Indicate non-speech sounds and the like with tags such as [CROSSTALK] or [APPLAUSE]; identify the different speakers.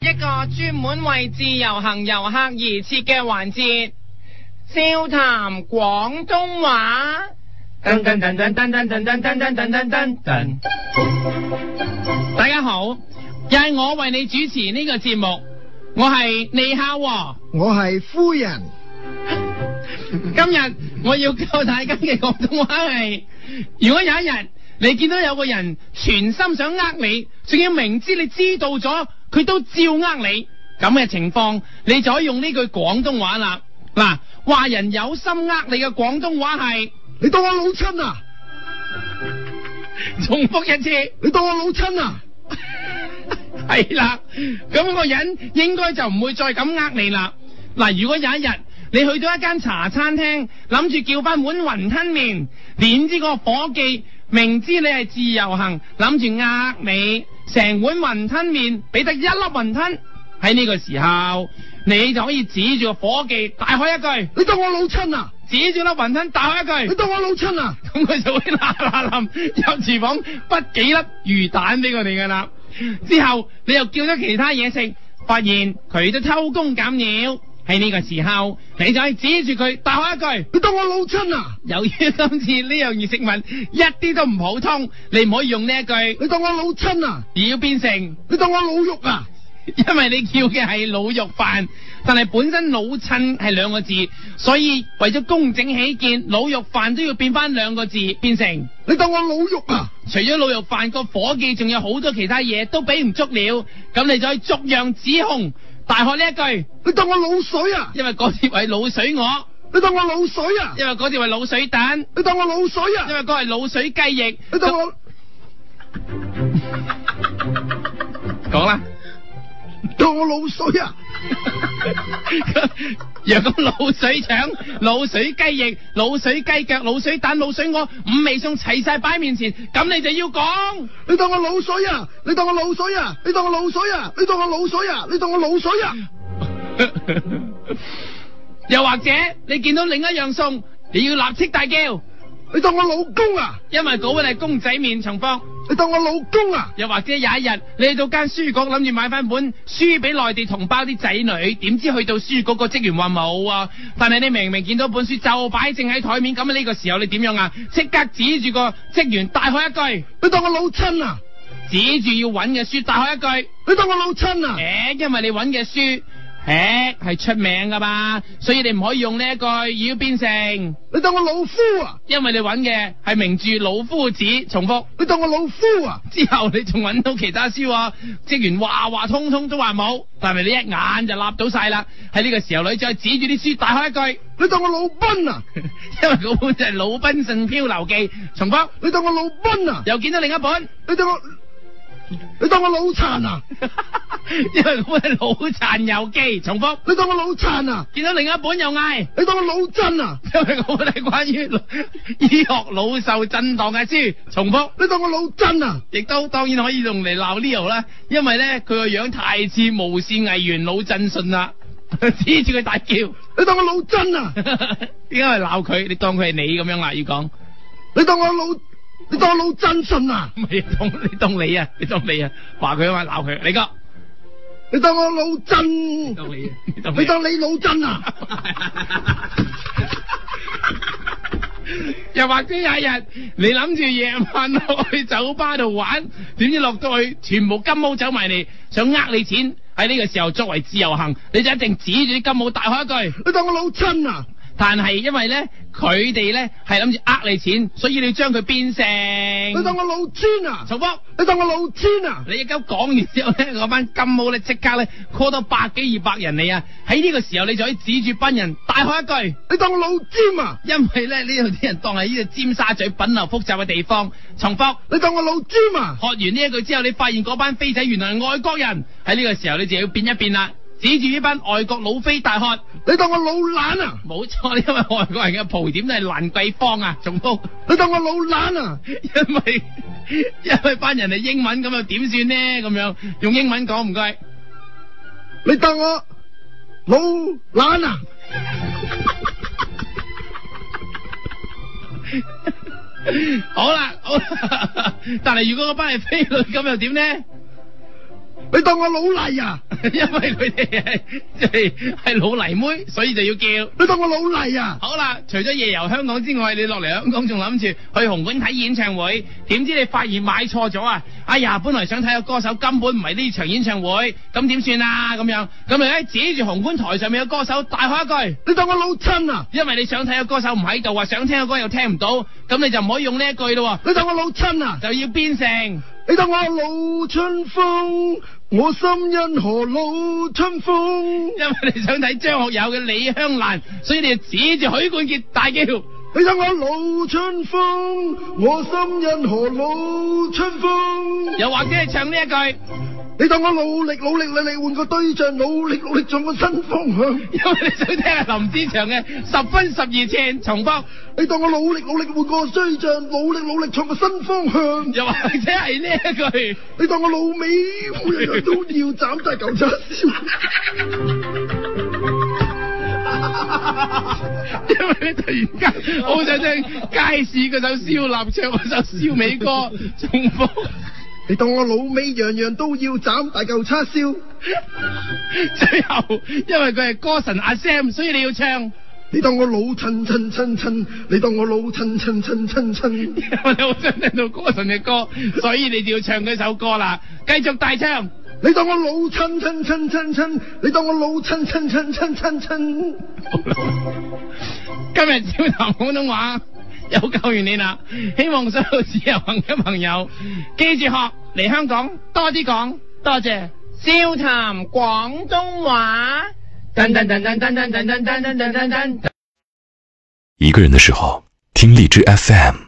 Speaker 1: 一個專門為自由行遊客而設嘅環節，笑談廣東話。
Speaker 2: 噔噔噔噔噔噔噔噔噔噔噔噔噔。
Speaker 1: 大家好，又係我為你主持呢個節目，我係你孝喎。
Speaker 2: 我係夫人，
Speaker 1: 今日我要教大家嘅廣東話係，如果有一日你見到有個人全心想呃你，仲要明知你知道咗，佢都照呃你，咁嘅情況，你就可以用呢句廣東話啦。嗱，話人有心呃你嘅廣東話係，
Speaker 2: 你當我老親啊？
Speaker 1: 重複一次。
Speaker 2: 你當我老親啊？
Speaker 1: [LAUGHS] 係啦，咁個人應該就唔會再咁呃你啦。嗱，如果有一日你去到一間茶餐廳，諗住叫翻碗雲吞麵，點知個伙計明知你係自由行，諗住呃你，成碗雲吞麵俾得一粒雲吞。喺呢個時候，你就可以指住個伙計大喝一句，
Speaker 2: 你當我老親啊？
Speaker 1: 指住粒雲吞大喝一
Speaker 2: 你
Speaker 1: 句，
Speaker 2: 當我老親啊？
Speaker 1: 咁佢就會嗱嗱冧入廚房畢幾粒魚蛋俾我哋噶啦。之後你又叫咗其他嘢食，發現佢都偷工減料。喺呢個時候，你就可以指住佢大喝一句。
Speaker 2: 你當我老親啊？
Speaker 1: 由於今次呢樣嘢食物一啲都唔普通，你唔可以用呢一句，
Speaker 2: 你當我老親啊？
Speaker 1: 而要變成，
Speaker 2: 你當我老肉啊？
Speaker 1: 因為你叫嘅係滷肉飯，但係本身老襯係兩個字，所以為咗工整起見，滷肉飯都要變翻兩個字，變成。
Speaker 2: 你當我老肉啊？
Speaker 1: 除咗滷肉飯，個伙計仲有好多其他嘢都俾唔足料，咁你就可以逐樣指控，大喝呢一句，
Speaker 2: 你當我老水啊？
Speaker 1: 因為嗰啲係滷水鵝，
Speaker 2: 你當我老水啊？
Speaker 1: 因為嗰啲係滷水蛋，
Speaker 2: 你當我老水
Speaker 1: 因
Speaker 2: 啊？
Speaker 1: 為嗰係滷水雞翼。
Speaker 2: 你當我
Speaker 1: 講啦， [LAUGHS]
Speaker 2: 當我老水啊？
Speaker 1: 若果滷水腸、滷水雞翼、滷水雞腳、滷水蛋、滷水鵝五味餸齊晒擺面前，咁你就要講。 [LAUGHS]
Speaker 2: 你當我老水啊？你當我老水啊？你當我老水啊？你當我老水啊？你當我老水啊？
Speaker 1: 又或者你見到另一樣餸，你要立即大叫。
Speaker 2: 你當我老公啊？
Speaker 1: 因為嗰碗係公仔麵情況，
Speaker 2: 你當我老公啊？
Speaker 1: 又或者有一日你去到間書局諗住買翻本書俾內地同胞啲仔女，點知去到書局個職員話冇啊，但係你明明見到本書就擺正喺台面，咁呢個時候你點樣啊？即刻指住個職員大喝一句，
Speaker 2: 你當我老親啊？
Speaker 1: 指住要揾嘅書大喝一句，
Speaker 2: 你當我老親啊
Speaker 1: 誒、？因為你揾嘅書。誒係出名噶嘛，所以你唔可以用呢一句，而要變成，
Speaker 2: 你當我老夫啊？
Speaker 1: 因為你揾嘅係名著《老夫子》，重複。
Speaker 2: 你當我老夫啊？
Speaker 1: 之後你仲揾到其他書喎，職員話話通通都話冇，但係你一眼就立到晒啦。喺呢個時候，你再指住啲書大開一句， [LAUGHS]
Speaker 2: 你當我老賓啊？
Speaker 1: 因為嗰本就係《魯濱遜漂流記》，重複
Speaker 2: 你當我老賓啊？
Speaker 1: 又見到另一本， [LAUGHS]
Speaker 2: 你當我你當我老殘啊？
Speaker 1: 因為嗰本係《魯殘遊記》，重複
Speaker 2: 你當我老殘啊？
Speaker 1: 見到另一本又嗌。 [LAUGHS]
Speaker 2: 你當我老真啊？
Speaker 1: 因為嗰本係關於 [LAUGHS] 醫學腦受震盪嘅書，重複
Speaker 2: 你當我老真啊？
Speaker 1: 亦都當然可以用嚟鬧 Leo 啦，因為咧佢個樣太似無線藝員魯振順啦， [LAUGHS] 指住佢大叫。 [LAUGHS]
Speaker 2: 你當我老真啊？
Speaker 1: 點解係鬧佢？你當佢係你咁樣啦，要講
Speaker 2: 你當我老你當我老真信啊？
Speaker 1: 唔係當你當你啊，你當你啊，話佢啊嘛，鬧佢，你講，
Speaker 2: 你當我老真？
Speaker 1: 當你啊，你當
Speaker 2: 你
Speaker 1: 你啊，
Speaker 2: 當你老真啊？
Speaker 1: [LAUGHS] 又或者有一日，你諗住夜晚落去酒吧度玩，點知落到去全部金毛走埋嚟，想呃你錢。喺呢個時候，作為自由行，你就一定指住啲金毛大喝一句。
Speaker 2: 你當我老親啊？
Speaker 1: 但係因為咧，佢哋咧係諗住呃你錢，所以你要將佢變成
Speaker 2: 你當我老專啊？
Speaker 1: 重複。
Speaker 2: 你當我老專啊？
Speaker 1: 你一鳩講完之後咧，嗰班金毛咧即刻咧 call 到百幾二百人嚟啊！喺呢個時候，你就可以指住班人大喝一句，
Speaker 2: 你當我老尖啊？
Speaker 1: 因為咧呢度啲人當係呢個尖沙咀品流複雜嘅地方。重複
Speaker 2: 你當我老尖啊？
Speaker 1: 學完呢一句之後，你發現嗰班飛仔原來係外國人。喺呢個時候，你就要變一變啦，指住呢班外國老飛大喝。
Speaker 2: 你當我老懶啊？
Speaker 1: 冇錯，因為外國人嘅蒲點都係蘭桂坊啊，重複。
Speaker 2: 你當我老懶啊？
Speaker 1: [LAUGHS] 因為因為班人係英文咁又點算呢？咁樣用英文講唔該。
Speaker 2: 你當我老懶啊？
Speaker 1: [LAUGHS] 好啦，好啦，但係如果嗰班係飛女咁又點呢？
Speaker 2: 你當我老泥啊？
Speaker 1: [LAUGHS] 因為佢哋係即係係老泥妹，所以就要叫。
Speaker 2: 你當我老泥啊？
Speaker 1: 好啦，除咗夜遊香港之外，你落嚟香港仲諗住去紅館睇演唱會，點知你發現買錯咗啊！哎呀，本來想睇嘅歌手根本唔係呢場演唱會，咁點算啊？咁樣咁你咧指住紅館台上面嘅歌手大喊一句，
Speaker 2: 你當我老親啊？
Speaker 1: 因為你想睇嘅歌手唔喺度啊，想聽嘅歌又聽唔到，咁你就唔可以用呢一句咯
Speaker 2: 你當我老親啊
Speaker 1: 喎，？就要變成。
Speaker 2: 你當我老春風，我心因何老春風？
Speaker 1: 因為你想睇張學友嘅《李香蘭》，所以你就指住許冠傑大叫。
Speaker 2: 你當我老春風，我心因何老春風？
Speaker 1: 又或者係唱呢一句，
Speaker 2: 你當我努力努力努力換個對象，努力努力撞個新方向。
Speaker 1: 因為你想聽阿林子祥嘅《十分十二寸》重複，
Speaker 2: 你當我努力努力換個對象，努力努力撞個新方向。
Speaker 1: 又或者係呢一句，
Speaker 2: 你當我老尾，每日都要斬大嚿叉燒。
Speaker 1: 因為你突然間好想聽街市嗰首燒臘唱嗰首燒味歌重複，
Speaker 2: 你當我老尾，樣樣都要斬大嚿叉燒。
Speaker 1: 最後因為佢係歌神阿 Sam，所以你要唱。
Speaker 2: 你當我老襯襯襯襯，你當我老襯襯襯襯襯。
Speaker 1: 因為你好想聽到歌神嘅歌，所以你就要唱嗰首歌啦。繼續大唱。
Speaker 2: 你當我老襯襯襯襯襯，你當我老襯襯襯襯襯襯。
Speaker 1: 今日超談廣東話又教完你啦，希望所有自由行嘅朋友記住學嚟香港多啲講，多謝。笑談廣東話。
Speaker 3: 一个人的时候，听荔枝 FM。